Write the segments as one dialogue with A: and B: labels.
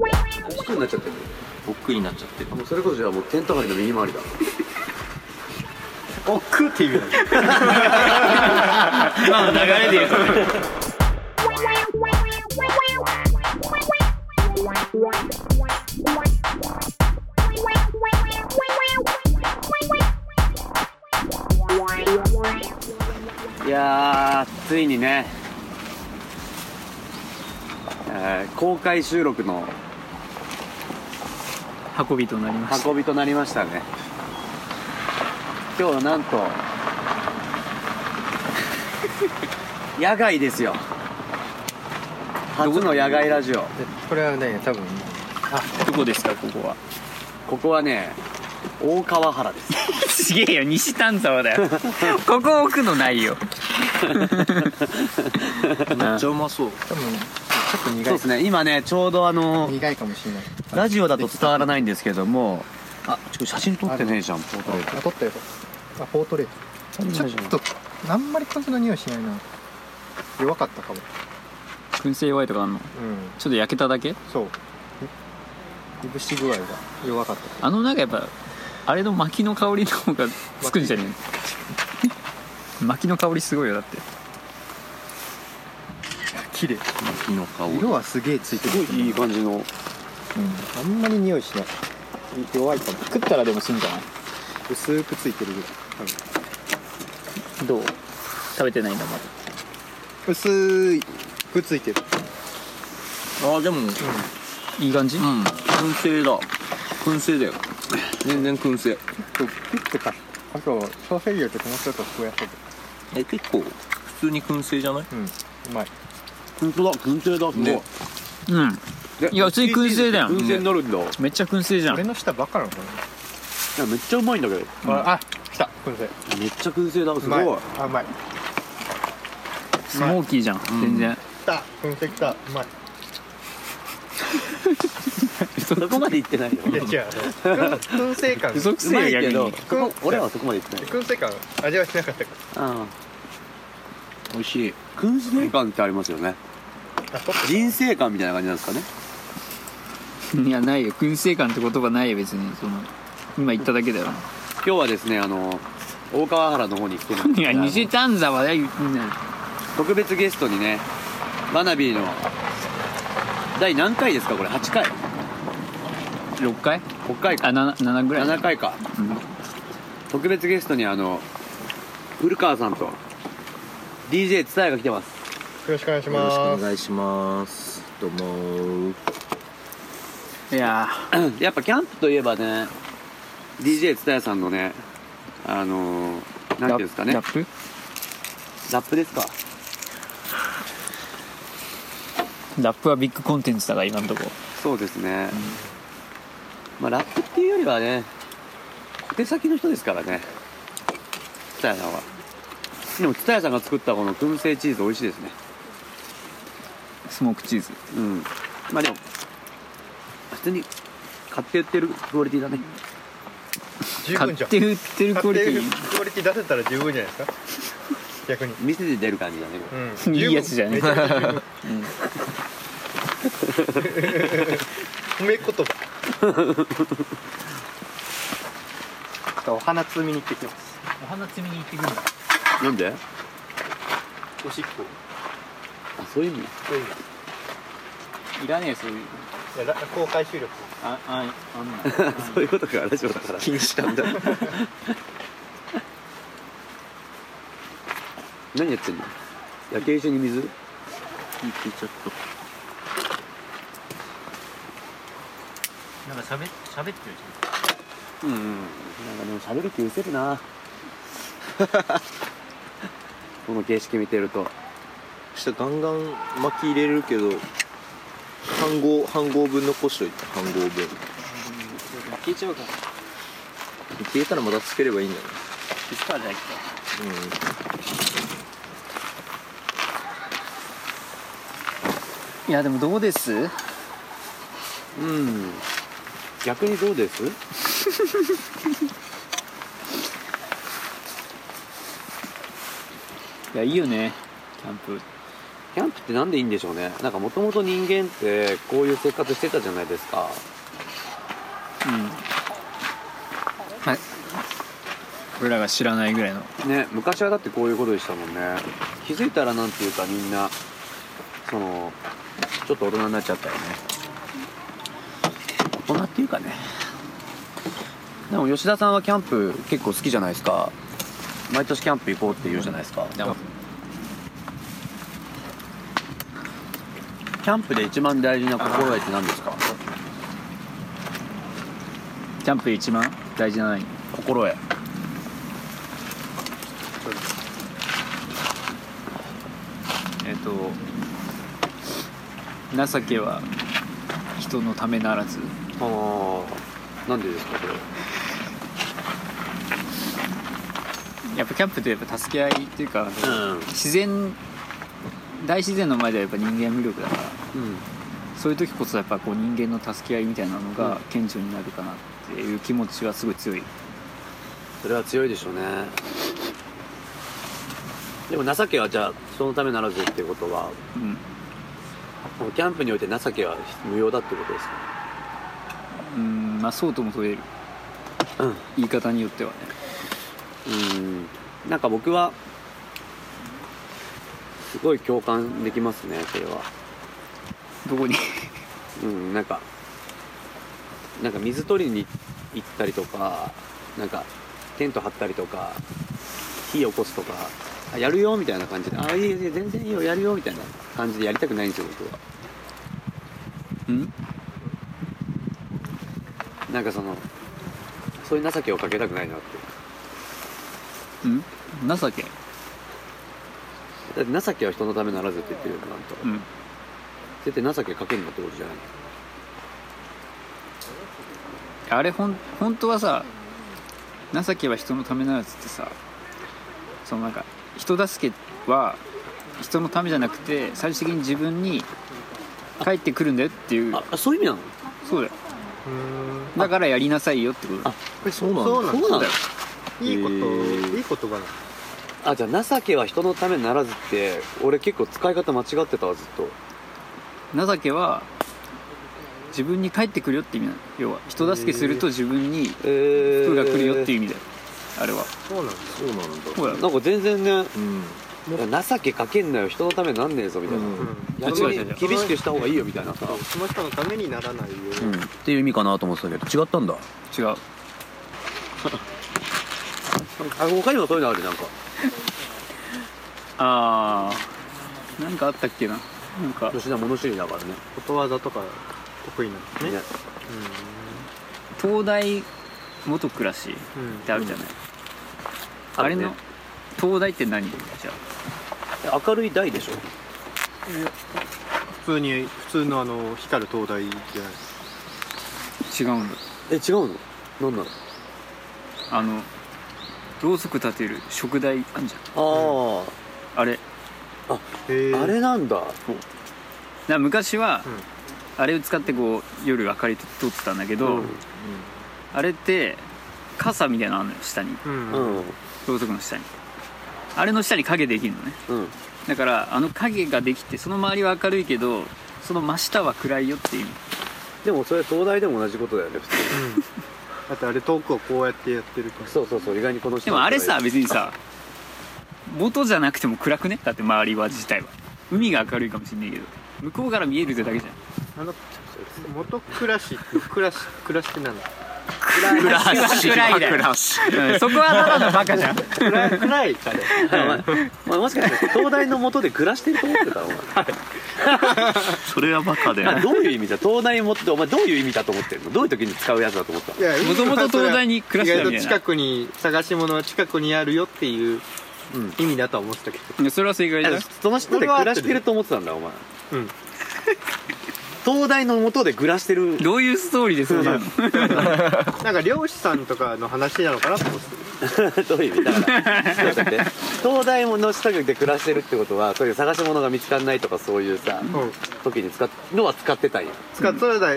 A: くになっちゃってる
B: と奥になっちゃってる
A: もうそれこそじゃあもうテント張りの右回りだ
C: 奥っていう
B: 今の流れで言うと ね
C: いやーついにね、えー公開収録の
D: 運びとなりました
C: 運びとなりましたね今日なんと野外ですよ初の野外ラジオ
E: これはね多分
D: どこですかここは
C: ここはね大川原です
D: すげえよ西丹沢だ よここ置くのない よ
B: めっちゃうまそう
E: 多分ち
C: そうで
E: ょっと
C: すね今ねちょうどあの
E: 苦い苦いかもしれない
C: ラジオだと伝わらないんですけどもあちょっと写真撮ってねえじゃんポートレート
E: あ撮ったよあポートレートちょっとあんまり感じの匂いしないな弱かったかも
D: 燻製弱いとかあんの
E: うん
D: ちょっと焼けただけ
E: そういぶし具合が弱かった
D: あのなんかやっぱあれの薪の香りの方がつくんじゃねえの薪の香りすごいよだって
E: 綺麗
B: 薪の香り
E: 色はすげえついて
C: す
E: る
C: ごいいい感じの
E: うんあんまり匂いしない弱いかも
D: 食ったらでも済むんじゃない
E: 薄くついてるぐらい多分
D: どう食べてないんだまだ
E: 薄くついてる
B: あでもうん
D: いい感じ、
B: 燻製だ燻製だよ全然燻製
E: そうピッてかあとソーセージよりもうちょっと増やせる
B: え結構普通に燻製じゃない
E: うんうまい
C: 本当だ燻製だすごい、
B: ね
D: うんいや普通に燻製だよ
C: 燻製になるんだ、い
D: めっちゃ燻製じゃ
E: 俺
D: ん
E: の舌ばっかなのか
C: やめっちゃうまいんだけど
E: な、ああ来たこれで
C: めっちゃ燻製だす
E: う
C: ご
E: まい
C: い
E: あうまい
D: スモーキーじゃん
B: ん
D: 全然
E: 来た燻製来たうまい
C: そこまで行ってないよ
E: いや違う燻製感
D: 嘘く
C: う
D: せ
C: ま
D: え
C: い
D: よ
C: け
D: 逆
C: ど
D: に
C: ここ俺らはそこまで行ってない
E: 燻製感味はしなかったか
C: あ
B: 美味しい
C: あ燻製感ってありますよね
E: らあそっ
C: 人生観みたいな感じなんですかね
D: いやないよ燻製感って言葉ないよ別にその今言っただけだよ
C: 今日はですねあの大川原の方に来てるんです
D: い
C: けど
D: や西丹沢だよ言ってんじゃん
C: 特別ゲストにねバナビーの第何回ですかこれ8回
D: 6回
C: 北回
D: あ
C: か
D: 七 7, ぐらい
C: 7回か
D: うん
C: 特別ゲストにあの古川さんと DJ ツタヤが来てます
E: よろしくお願いします
B: 願いしますどうも
D: いや
C: やっぱキャンプといえばね DJ つたやさんのねあのー、なんていうんですかね
D: ラ
C: ラ
D: ップ
C: ップですか
D: ラップはビッグコンテンツだから今んとこ
C: そうですね、まあラップっていうよりはね小手先の人ですからねつたやさんはでもつたやさんが作ったこの燻製チーズ美味しいですね
D: スモークチーズ
C: うんまあでも普通に買って売ってるクオリティだね
E: 十
D: 買
E: 分
D: っ
E: じゃん
D: て売ってるクオリテ
E: 買って
D: ィ
E: クオリティ出せたら十分じゃないですか逆に
C: 店で出る感じだねこ
E: うん
D: いいやつじゃね
E: めちくちゃ十分褒め言葉ちょっとお花摘みに行ってきます
D: お花摘みに行ってくるんだ
C: れなんで
E: おしっこ
C: あそういう意味
E: そういうの
D: いらねえそういう
E: いやら公開収録
D: あああんな
C: そういうことかラジオだから
B: 禁止なんだ
C: 何やってんの焼け石に水
B: ちょっと
D: なんかしゃべしゃべってる
C: うんなんかでも喋る気失せるな この形式見てると
F: したらガンガン巻き入れるけど半合半合分残しといて半合分
D: 聞いちゃうか
F: 消えたらまたつければいいんじゃ
D: 気づかないか
F: ない
D: いやでもどうです
C: うん逆にどうです
D: いやいいよねキャンプ
C: キャンプってなんでいいんでしょうねなんかもともと人間ってこういう生活してたじゃないですか
D: 俺らが知らないぐらいの
C: ね昔はだってこういうことでしたもんね気づいたらなんていうかみんなそのちょっと大人になっちゃったよね大人っていうかねでも吉田さんはキャンプ結構好きじゃないですか毎年キャンプ行こうって言うじゃないですか、
D: でも
C: キャンプで一番大事な心得って何ですか
D: キャンプで一番大事なのに
C: 心得
D: えっと情けは人のためならず
C: ああなんでですかこれ
D: やっぱキャンプってやっぱ助け合いっていうか
C: うん
D: 自然大自然の前ではやっぱ人間は無力だから
C: うん
D: そういう時こそやっぱこう人間の助け合いみたいなのが顕著になるかなっていう気持ちはすごい強い
C: それは強いでしょうねでも情けはじゃあそのためならずっていうことは
D: うん
C: もうキャンプにおいて情けは無用だってことですか
D: うんまあそうとも取れる
C: うん
D: 言い方によってはね
C: うんなんか僕はすごい共感できますねそれは
D: どこに
C: うんなんかなんか水取りに行ったりとかなんかテント張ったりとか火起こすとかあやるよみたいな感じであいいよいいよ全然いいよやるよみたいな感じでやりたくないんですよ僕は
D: うん
C: なんかそのそういう情けをかけたくないなって
D: うん情け
C: だって情けは人のためならずって言ってるよなんと
D: うん
C: 絶対情けかけんなってことじゃない
D: あれほん本当はさ情けは人のためならずってさそのなんか人助けは人のためじゃなくて最終的に自分に帰ってくるんだよっていう
C: ああそういう意味なの
D: そうだよ
E: うん
D: だからやりなさいよってことだよ
G: えそうな
E: そうなん
C: そうなの
E: だいいこと、
G: へー
E: いい言葉だ
C: あじゃあ情けは人のためならずって俺結構使い方間違ってたわずっと
D: 情けは自分に返ってくるよって意味なの要は人助けすると自分に
C: えー、
D: 服が来るよっていう意味だよあれは
E: そうなんだ
G: そうなんだ
D: そうだよ
C: なんか全然ね
G: うん
C: 情けかけんなよ人のためになんねえぞみたいな、
G: うん
C: やる
D: 違う
C: よ
D: 違う違
C: り
D: う
C: 厳しくした方がいいよみたいなさ
E: そうその人のためにならないよう
H: うん、っていう意味かなと思ってたけど違ったんだ
D: 違う
C: あ他にもそういうのあるなんか
D: あーなんかあったっけななんか
C: 吉田物知りだからね
E: ことわざとか得意なんですね
C: ね
D: 東大元暮らしっ
E: うん、うん
D: てあるじゃない、
C: あ
D: あれ
C: るね
D: の東大って何じゃ
C: 明るい台でしょ
E: 普通に普通のあの光る灯台じゃないですか
D: あ違うんだ
C: え違うのなんなの
D: あのろうそく立てる食台あんじ
C: あ
D: ゃんあれ
E: へ
C: あ、
E: ー
C: あれなんだ
D: な昔は、
E: うん
D: あれを使ってこう夜明かりとってたんだけど、
C: うん
D: あれって傘みたいなのあるのよ下に
E: うん
C: う
E: うん
C: ん
D: ろうそくの下にあれの下に影できるのね
C: うん
D: だからあの影ができてその周りは明るいけどその真下は暗いよっていう意味
C: でもそれ東大でも同じことだよね普通 に
E: だってあれ遠くをこうやってやってるから
C: そうそうそう意外にこの人
D: でもあれさ別にさ元じゃなくても暗くねだって周りは自体は海が明るいかもしんないけど向こうから見えるってだけじゃん
E: あの元暮らし暮らし暮らしってなんだ
D: 暗い暗いだよ、うんそこはただのバカじゃん
E: 暗い暗いあれ
C: お前もしかして東大の下で暮らしてると思ってたお前
I: それはバカだよ
C: あどういう意味だ東大持ってお前どういう意味だと思ってんのどういう時に使うやつだと思った
E: いや
D: もともと東大に暮らしてた
E: 意
D: み
E: 外と
D: たい
E: 近くに探し物は近くにあるよっていう
C: うん
E: 意味だとは思ってたけど
D: ないやそれは正解だよ
C: その下で暮らしてると思ってたんだお前
E: うん
C: 東大の下で暮らしてる
D: どういうストーリーでそうなの
E: なんか漁師さんとかの話なのかなと思って
C: どういう意味だからちょっと待 って東大の下で暮らしてるってことはそういう探し物が見つかんないとかそういうさ
E: た、うん、
C: 時に使っのは使ってたんや
E: 使っそれだ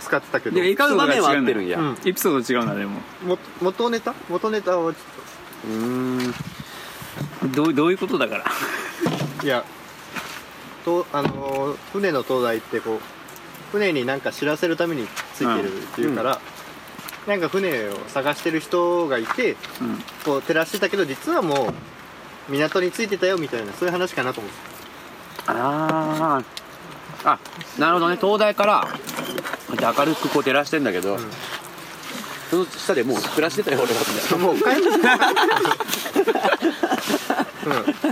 E: 使ってたけど
D: でエピ
C: 使
D: ソー
C: う
D: ド
C: 場
D: が違
C: 面は
D: う
C: 合
D: ん
C: っ
D: だ
C: て
D: よ
C: るんや
E: う
C: うん
D: エピソード違うなでも
E: も元ネタ元ネタをちょ
C: ーん
D: どうどういうことだから
E: っといやとあのー船の灯台ってこう船になんか知らせるためについてるっていうから、なんか船を探してる人がいて、
D: うん
E: こう照らしてたけど実はもう港に着いてたよみたいなそういう話かなと思って
C: あああなるほどね灯台からこうやって明るくこう照らしてんだけど、その下でもう暮らしてたよ俺はみたい
E: もう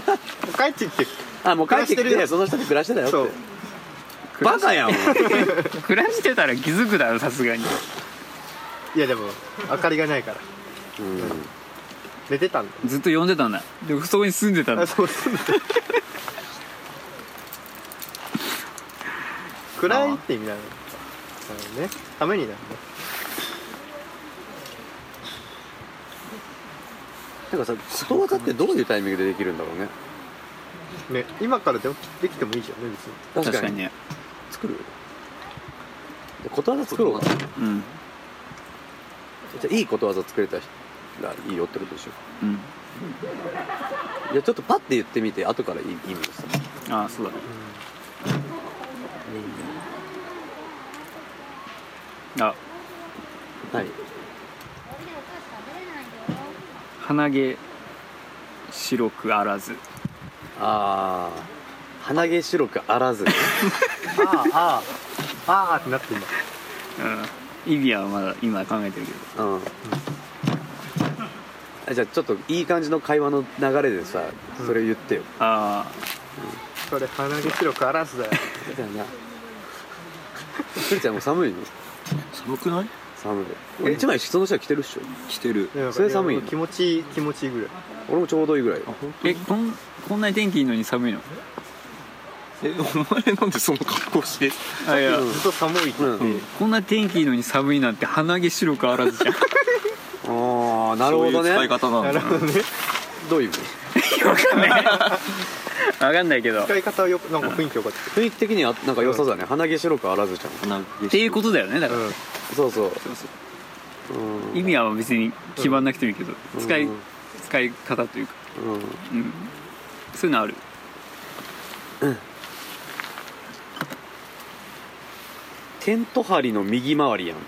E: 帰ってきて、うん、もう帰ってきて
C: なあもう帰ってき
E: 暮らしてる
C: て
E: よ
C: その下で暮らしてたよ
E: そう
C: ってバカやんお前
D: 暮らしてたら気づくだろさすがに
E: いやでも明かりがないから、寝てたんだ
D: ずっと呼んでたんだでそこに住んでたんだ
E: あそう そう暗いって意味なのなるほどねためになるね
C: てかさ外技ってどういうタイミングでできるんだろうね
E: ね今からでもできてもいいじゃんね別に
D: 確かにね
C: 作ることわざ作ろうかじ
D: うん
C: ゃあいいことわざ作れたらいいよってことでしょ
D: うん
C: いやちょっとパッて言ってみて後からいい意味をさ
D: ああそうだねあ
C: はい
D: 鼻毛白くあらず
C: ああ鼻毛白くあらずね
E: あああああーってなってんだ
D: うんイビアはまだ今考えてるけど
C: うんあじゃあちょっといい感じの会話の流れでさそれ言ってよ、
D: あ
E: それ鼻毛白くあらずだよ
C: みたいなくるちゃんもう寒いの
J: 寒くない
C: 寒い俺一枚その下着てるっしょ
J: 来てる
E: なんか
C: それ寒いの
E: 気持ちいい気持ちいいぐらい
C: 俺もちょうどいいぐらいよ
D: えこんこんなに天気いいのに寒いの
J: えお前なんでその格好して
D: あいや、
E: ずっと寒いって、
C: うん
D: こんな天気いいのに寒いなんて鼻毛白くあらずじゃん
C: ああなるほど
J: そういう
C: ね
J: 使い方なんだ
E: なるほどね
C: どういう
D: 分かんない けどっ
E: 使い方はよくなんか雰囲気よかっ
C: 雰囲気的にはなんか良さそうだね、鼻毛白くあらずちゃん
J: 鼻毛
D: ていうことだよねだ
E: た、
D: から、
E: うん、
C: そうそう
D: そうそううん意味は別に決まんなくてもいいけど、使い
C: うん
D: 使い方というか、
C: うん
D: うん、そういうのある
C: テント張りの右回りやん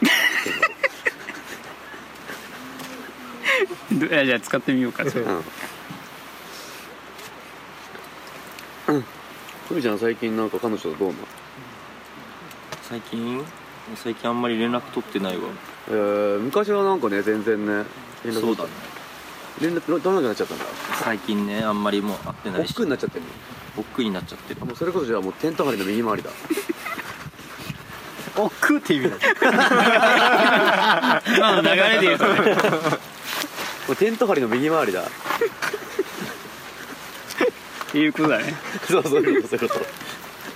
D: どいやじゃあ使ってみようかそれ
C: うんうんふみちゃん最近なんか彼女とどうなの
J: 最近最近あんまり連絡取ってないわ
C: えー、昔はなんかね全然ね連絡
J: そうだね
C: 連絡取らなくなっちゃったんだ
J: 最近ねあんまりもう会ってないし
C: 奥になっちゃってるの
J: 僕になっちゃってる
C: あもうそれこそじゃあもうテント張りの右回りだ
E: おくって意味だ
D: 今の流れで言うとね
C: もうテント張りの右回りだ
D: っていうこと だね
C: そうそうそういうことそういうこと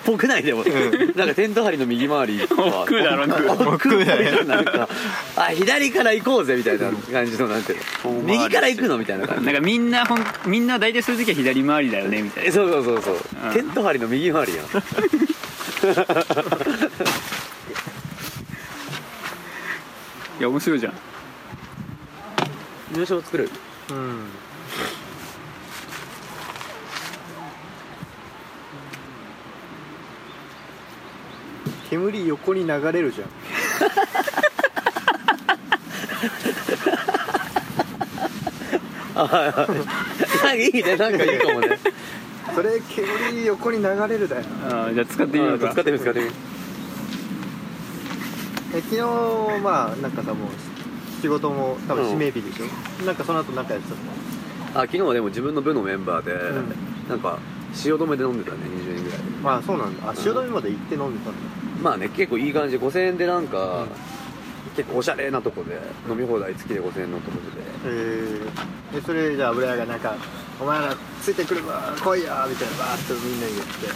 C: 僕内でも、なんかテント張りの右回りは
D: 奥だろな
C: 奥だよなんかあ左から行こうぜみたいな感じのなんていうの右から行くのみたいな感じ
D: なんかみんなほんみんな大体そういう時は左回りだよねみたい
C: え
D: な
C: そうそうそうそう、
D: ん
C: テント張りの右回りやん
D: いや面白いじゃん
C: 入賞作る
E: うん煙横に流れるじゃん
C: いいねなんかいいかもね
E: それ煙横に流れるだよ
D: あーじゃあ使ってみよ
C: う
D: うんか
C: 使ってみる使ってみる
E: え昨日まあなんかさもう仕事も多分指名日でしょ、なんかその後なんかやってたの
C: あ昨日はでも自分の部のメンバーで、
E: ん
C: なんか汐留で飲んでたね20人ぐらい
E: まあそうなんだあ汐留まで行って飲んでたんだ
C: まあね結構いい感じで5000円でなんか、結構おしゃれなとこで飲み放題付きで5000円のとこで
E: へえそれじゃあ俺らがなんか「お前らついてくるわ来いや」みたいなバーッとみんなに言って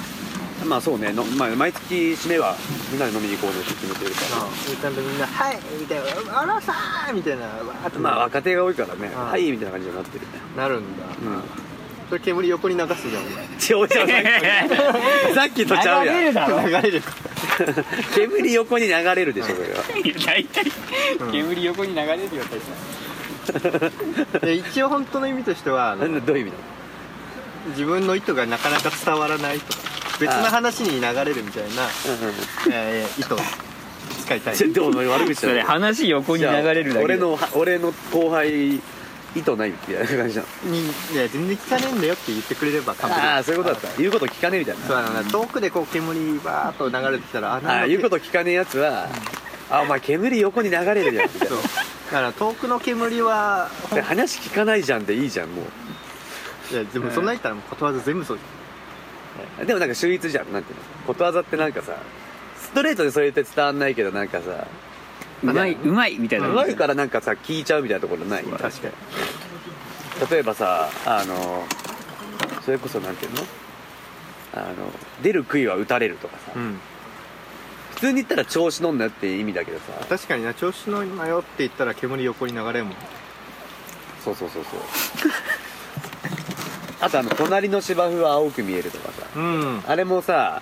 C: まあそうねの、まあ、毎月締めはみんなで飲みに行こうねって決めてるから、
E: うん、ちゃんとみんな「はい」みたいな「あらさー」みたいなわーって
C: まあ若手が多いからね、
E: うん
C: はいみたいな感じになってるね
E: なるんだ、
C: うん
E: それ煙横に流すじゃんお
C: ちおちゃさっきとちゃうやん
D: 流れ るだろ
E: 前流れる
C: 煙横に流れるでしょそれは、
D: いや大体煙横に流れるよ大体
E: で一応本当の意味としてはあの
C: なんだどういう意味だ
E: 自分の意図がなかなか伝わらないとか別の話に流れるみたいな、
C: うんうん
E: えー意図
K: 使いたい
C: でも悪口
D: それ話横に流れるだけ
C: 俺の俺の後輩意図ないみたいな感じじゃん
E: にいや全然聞かねえんだよって言ってくれれば完璧
C: ああそういうことだった言うこと聞かねえみたい
E: そうだな遠くでこう煙バーっと流れてきたらあ
C: なああ言うこと聞かねえやつはあお前煙横に流れるやんみたい
E: そうだから遠くの煙は
C: なで話聞かないじゃんでいいじゃんも
E: いやでもそんな言ったらもうことわざ全部そうです
C: うでもなんか秀逸じゃんなんていうのことわざってなんかさストレートでそれって伝わんないけどなんかさ
D: うまいうまいみたいな
C: うまいからなんかさ聞いちゃうみたいなところない
E: 確かに
C: 例えばさあのそれこそなんていうのあの出る杭は打たれるとかさ、
E: うん
C: 普通に言ったら調子乗んなって意味だけどさ
E: 確かにな調子のなよって言ったら煙横に流れるもん
C: そうそうそう そうあとあの隣の芝生は青く見えるとかさ
E: うん
C: あれもさ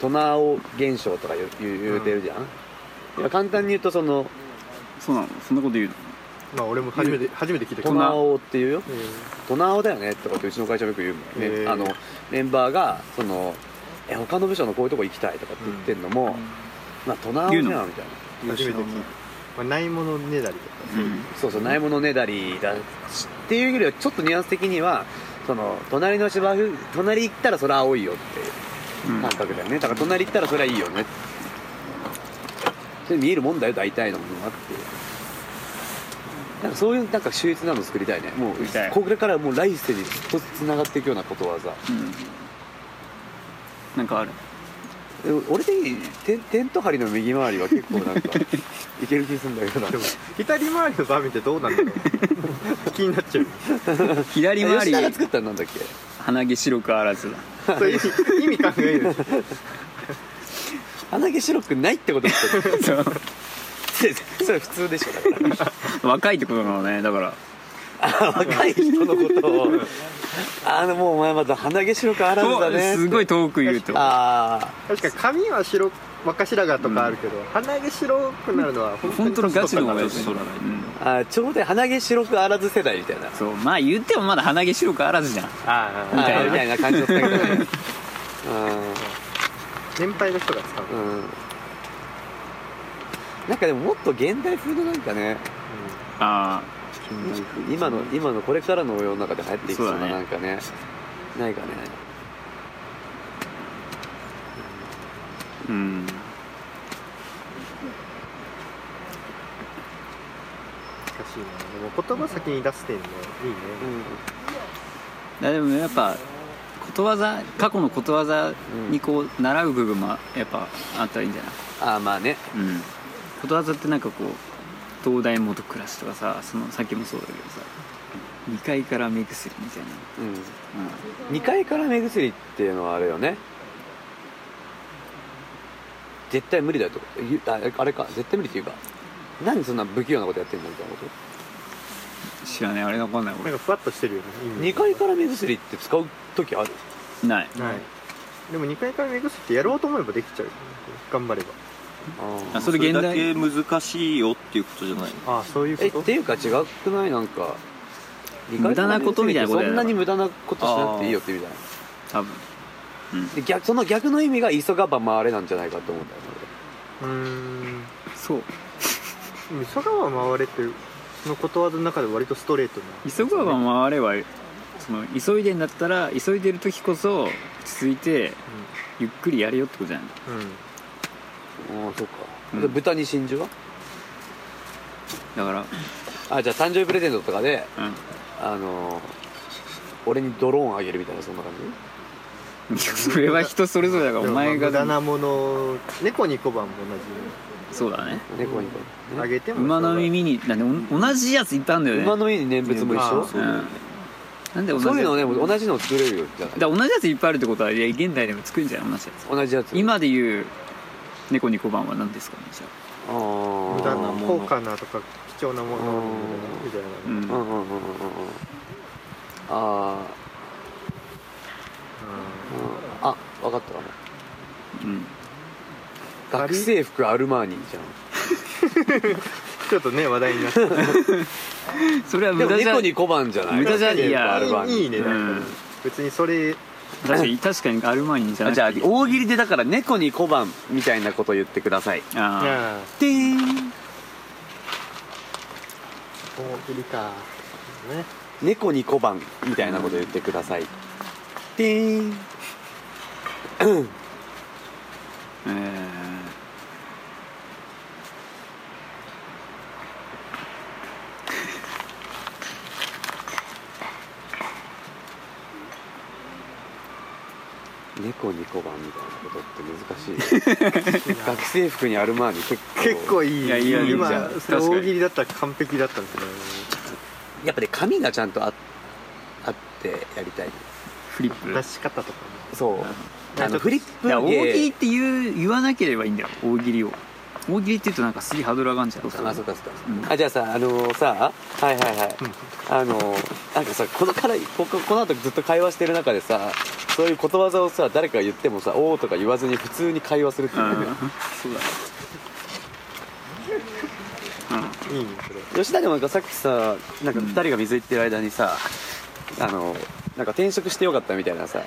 C: トナオ現象とか言う言う言うてるじゃん、いや簡単に言うとその
D: そうなのそんなこと言うの
E: まあ俺も初めて初めて聞いたけ
C: ト
E: ど
C: ナオっていうよトナオだよねとかってうちの会社よく言うもんね、
E: へー
C: あのメンバーがそのえ他の部署のこういうとこ行きたいとかって言ってんのも、まあトナオじゃんみ
D: 言うの
C: たいな
E: 初めて聞いた、まあ、ないものねだりとか
C: そうそうないものねだりだしっていうよりはちょっとニュアンス的にはその隣の芝生隣行ったらそれは青いよっていう感覚だよね、だから隣行ったらそれはいいよねそれ見えるもんだよ大体のものはっていうなんかそういうなんか秀逸なの作りたいねもう
D: 作りたい
C: これからもう来世にずっとつながっていくようなことわざ
D: うんなんかある
C: でも俺的にテンテント張りの右回りは結構なんかいける気するんだ けどな
E: でも 左回りの場面ってどうなんだろう 気になっちゃう
D: 左回
C: 吉
D: り
C: 田が作ったのなんだっけ
D: 鼻毛白くあらずだ
E: そういう意味意味考える
C: 鼻毛白くないってことだった
D: そう
C: それ普通でしょだから
D: 若いってことなのねだから
C: あ 若い人のことをあのもうお前また鼻毛白くあらずだね
D: すごい遠く言うと
C: あ
E: 確かに髪は白若白髪とかあるけど、鼻毛白くなるのは
D: 本当のガチの親父
E: そ
D: そうう
E: だ
D: だ
E: ね
D: ね
C: ーあーちょうど鼻毛白くあらず世代みたいな
D: そうまあ言ってもまだ鼻毛白くあらずじゃん
E: あ
D: みたい
C: あー
D: な
C: みたいな感じだったけど ね
E: 年配の人が使
C: う
E: う、
C: んうんなんかでももっと現代風のなんかね
D: あ
C: 今の今のこれからの世の中で流行っていきそうな
D: そうだね
C: なんかねないかね
D: あうん
E: 難しいなでも言葉先に出すっていうのもいいね、
D: だでもやっぱことわざ過去のことわざにこう習う部分もやっぱあったらいいんじゃない、
C: ああまあね
D: うん、ことわざってなんかこう東大元暮らしとかさそのさっきもそうだけどさ2階から目薬みたいな、
C: う
D: うん
C: ん2階から目薬っていうのはあれよね絶対無理だとゆああれか絶対無理っていうか何でそんな不器用なことやってんだみたいなこと
D: 知らないあれわかんない
E: なんかふわっとしてるよね意
C: 2
E: 味
C: 階から目薬って使う時ある
D: 俺ない
E: はいでも2回から目薬ってやろうと思えばできちゃうよね頑張れば
D: あ
C: あ
D: それ現
J: だけ
D: 代
J: 難しいよっていうことじゃない
E: ああそういう
C: えっ
E: こと
C: ていうか違くないなんか
D: 無駄なことみたいなこと
C: そ
D: や
C: ん
D: な
C: なに無駄なことしなくていいよって意味じゃない
D: 多分
C: で逆その逆の意味が急がば回れなんじゃないかと思うんだよね
E: うーん
D: そう
E: 佐川回れってそのことわざの中で割とストレートな
D: 急ぐは回ればその急いでんだったら急いでる時こそ落ち着いてゆっくりやれよってことじゃない
E: うん
C: 俺ああそっか、
D: うん
C: で豚に真珠は
D: だから
C: あじゃあ誕生日プレゼントとかで
D: うん
C: あのー俺にドローンあげるみたいなそんな感じ
D: いやそれは人それぞれだからお前
E: 無駄
D: が
E: なもの猫に小判も
D: そうだね
C: 猫に
E: 同じあげても
D: 馬の耳にだってお同じやついたんだよね
C: 馬の家に念仏も一緒
E: あ
D: うんなんで同じ
C: そういうのをね
D: や
C: もう同じのを作れるよじゃ
D: つ
C: ない
D: だから同じやついっぱいあるってことはいや現代でも作るんじゃない同じやつ
C: 同じやつ
D: 今で言う猫に小判は何ですかねじゃ
C: あ
E: 無
C: ー
E: 駄な
C: うん
E: 高価なとか貴重なものみたいな
D: あ、う
E: うん
D: ん
C: うんうんうんうんうんあー、うん、あ分かったかも
D: うん
C: 学生服アルマーニじゃ
E: ちょっとね話題になった
D: それは
C: んで
D: 無
C: も
D: 駄じゃ
C: 猫に小判じゃない
D: 無駄じゃ
C: 学生服
D: いや
C: アルマーニ
E: いいね
D: うん
E: 別にそれ
D: 確かに確かにアルマーニにじゃ
C: あ
D: なく
C: じ
D: て
C: ゃあ大喜利でだから猫に小判みたいなこと言ってください
D: あー
E: あ
C: てーん
E: あ大喜利かね
C: 猫に小判みたいなこと言ってくださいてーん
D: えー
C: 猫に小判みたいなことって難しい 学生服にアルマーニ結構
E: 結構いい
D: いやいや
E: 今
D: いいじゃん
E: そ
D: 確か
E: れ
D: に
E: 大喜利だったら完璧だったんですけどね
C: やっぱね髪がちゃんとああってやりたい
D: フリップ
E: 出し方とか
C: そう
E: あ
C: あのフリップ
D: いや大喜利
C: 芸
D: って言う言わなければいいんだよ大喜利を大喜利って言うとなんかすげえハードル上がんじゃん
C: あそうかそうか、
D: うん
C: あじゃあさあのーさはいはいはい、あのーなんかさこのからこここの後ずっと会話してる中でさそういうことわざをさ誰かが言ってもさ「おー」とか言わずに普通に会話するっていううんね、
D: そうだ
E: もいいねそれ
C: 吉田でもなんかさっきさなんか2人が水行ってる間にさ、あのなんか転職してよかったみたいなさ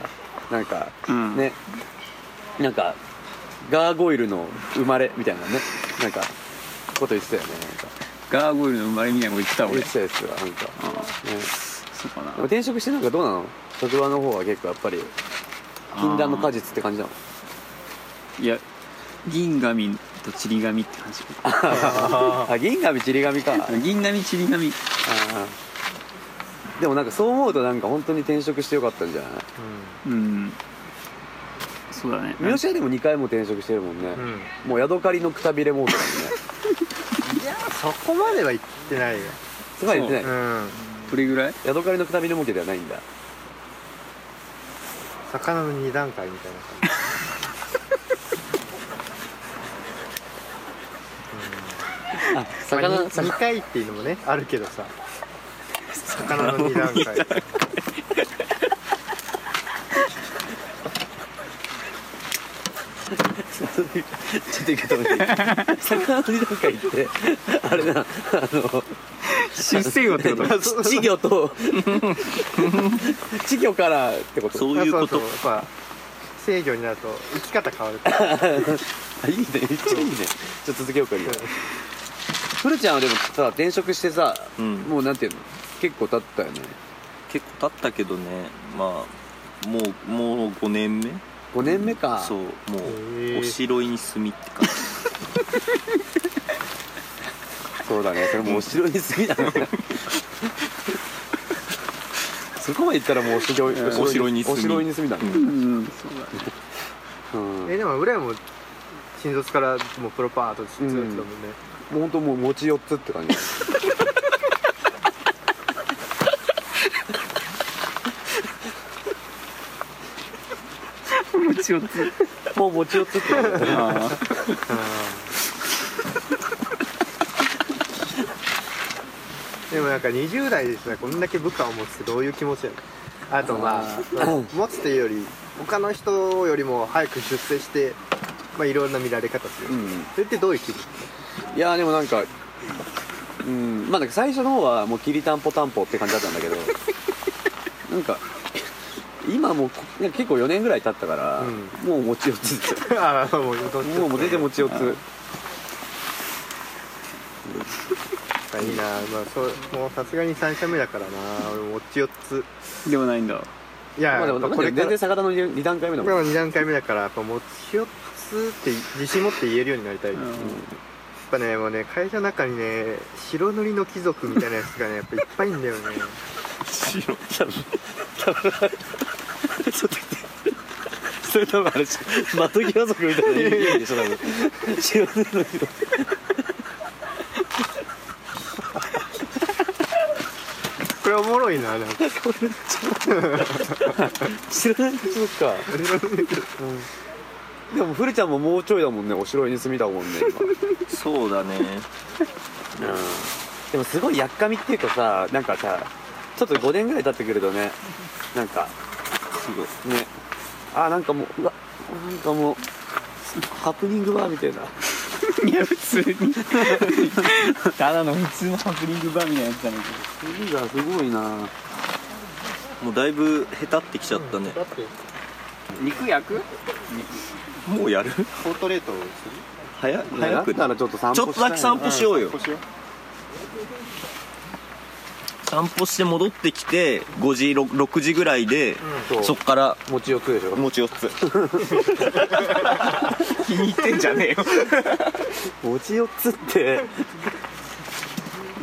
C: なんか、
D: うん
C: ねなんかガーゴイルの生まれみたいなねなんかこと言ってたよねなんか
D: ガーゴイルの生まれみたいなこと言ってた
C: 言
D: 俺
C: ってたやつはなんか、ね、
D: そうかな
C: でも転職してなんかどうなの職場の方は結構やっぱり禁断の果実って感じなの
D: いや銀紙とちり紙って感じ
C: あ銀紙ちり紙かあ
D: 銀紙ちり紙
C: ーでもなんかそう思うとなんか本当に転職してよかったんじゃない
D: うんそうだね
C: 三好はでも2回も転職してるもんね、
E: うん、うん、
C: もうヤドカリのくたびれモードだもんね
E: いやそこまでは言ってないよ
C: つまり言って
E: う
C: ない
E: ん
D: どれぐ らい
C: ヤドカリのくたびれ儲けではないんだ
E: 魚の二段階みたいな感じ
C: あ
E: まあ
C: 魚
E: に二
C: 魚
E: 回っていうのもねあるけどさ魚の二段 階
C: ちょっと一回止めて魚の二段階ってあれなあの
D: 出世魚ってこと
C: 稚魚と稚魚からってこと
J: そういうこと
E: そうそうやっぱ制御になると生き方変わるか
C: あ
E: ら
C: いいねめっちゃいいねちょっと続けようかいいよふるちゃんはでもさ転職してさ、
J: うん
C: もうなんていうの結構経ったよね
J: 結構経ったけどねまあもうもう5年目
C: 5年目か、
J: そうも
E: へー
J: うおしろいに住みって感じ
C: そうだねそれもうお城に過ぎだねそこまで行ったらもうお城に
J: お城に住み
C: お城に住みだね、
D: うん
C: うん
E: えでも俺らも新卒からもうプロパートずっとだもんね、
C: もうほんともう餅4つって感じ
D: 餅をつ
C: もう餅4つって感じ
D: あ
E: でもなんか20代でさこんだけ部下を持つってどういう気持ちやのあとまあ持つというより他の人よりも早く出世してまあいろんな見られ方する、
C: うん
E: それってどういう気分
C: いやーでもなんかうんまあなんか最初の方はもうきりたんぽたんぽって感じだったんだけ どなんか今もうこなんか結構4年ぐらい経ったから、
E: う
C: もう餅4つです
E: ああもうどっち
C: もうもう全然餅4つ
E: いいなまあそうもうさすがに3社目だからな俺も餅4つ
D: ー でもないんだ
E: いや
C: まあでも
E: やっぱ
C: これ全
E: から
C: 然魚の2段階目だもん
E: まあ2段階目だからやっぱ持ち4つって自信持って言えるようになりたい、
D: ん
E: やっぱねもうね会社の中にね白塗りの貴族みたいなやつがねやっぱいっぱいいんだよね
C: それ多分あれ的際族みたいな意味でしょ多分白塗りの色
E: これおもろいななんか
C: 白塗りの色かでも古ちゃんももうちょいだもんねお城に住みだもんね今
J: そうだね
C: でもすごいやっかみっていうかさなんかさちょっと5年ぐらい経ってくるとねなんか
J: すごい
C: ねあなんかもううわなんかもうハプニングバーみたいない
D: や普通にただの普通のハプニングバーみたいなやつだね
C: すごいなすごいな
J: もうだいぶ下手ってきちゃったね
E: だって
D: 肉焼く
J: もうやる
E: ポートレートを
J: 早早く
E: だからちょっと散歩
J: ちょっとだけ散歩しようよ散歩して戻ってきて5時 6, 6時ぐらいで、
E: そう
J: そっから
E: 餅を食うでしょ
J: 餅4つ
D: 気に入ってんじゃねえよ
E: 餅4つ って
C: い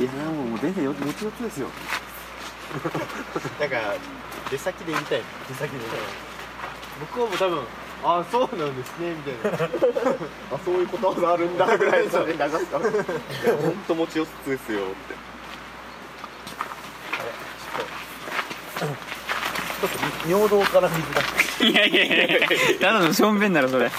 C: やもう全然よもちもちですよ
E: だから出先で言いたいの出先で言いたいの向こうも多分ああそうなんですねみたいなあそういうことがあるんだぐらいの流した
J: 本当餅4つですよって
E: 尿道から水が
D: いやいやいやただのしょんべんならそれ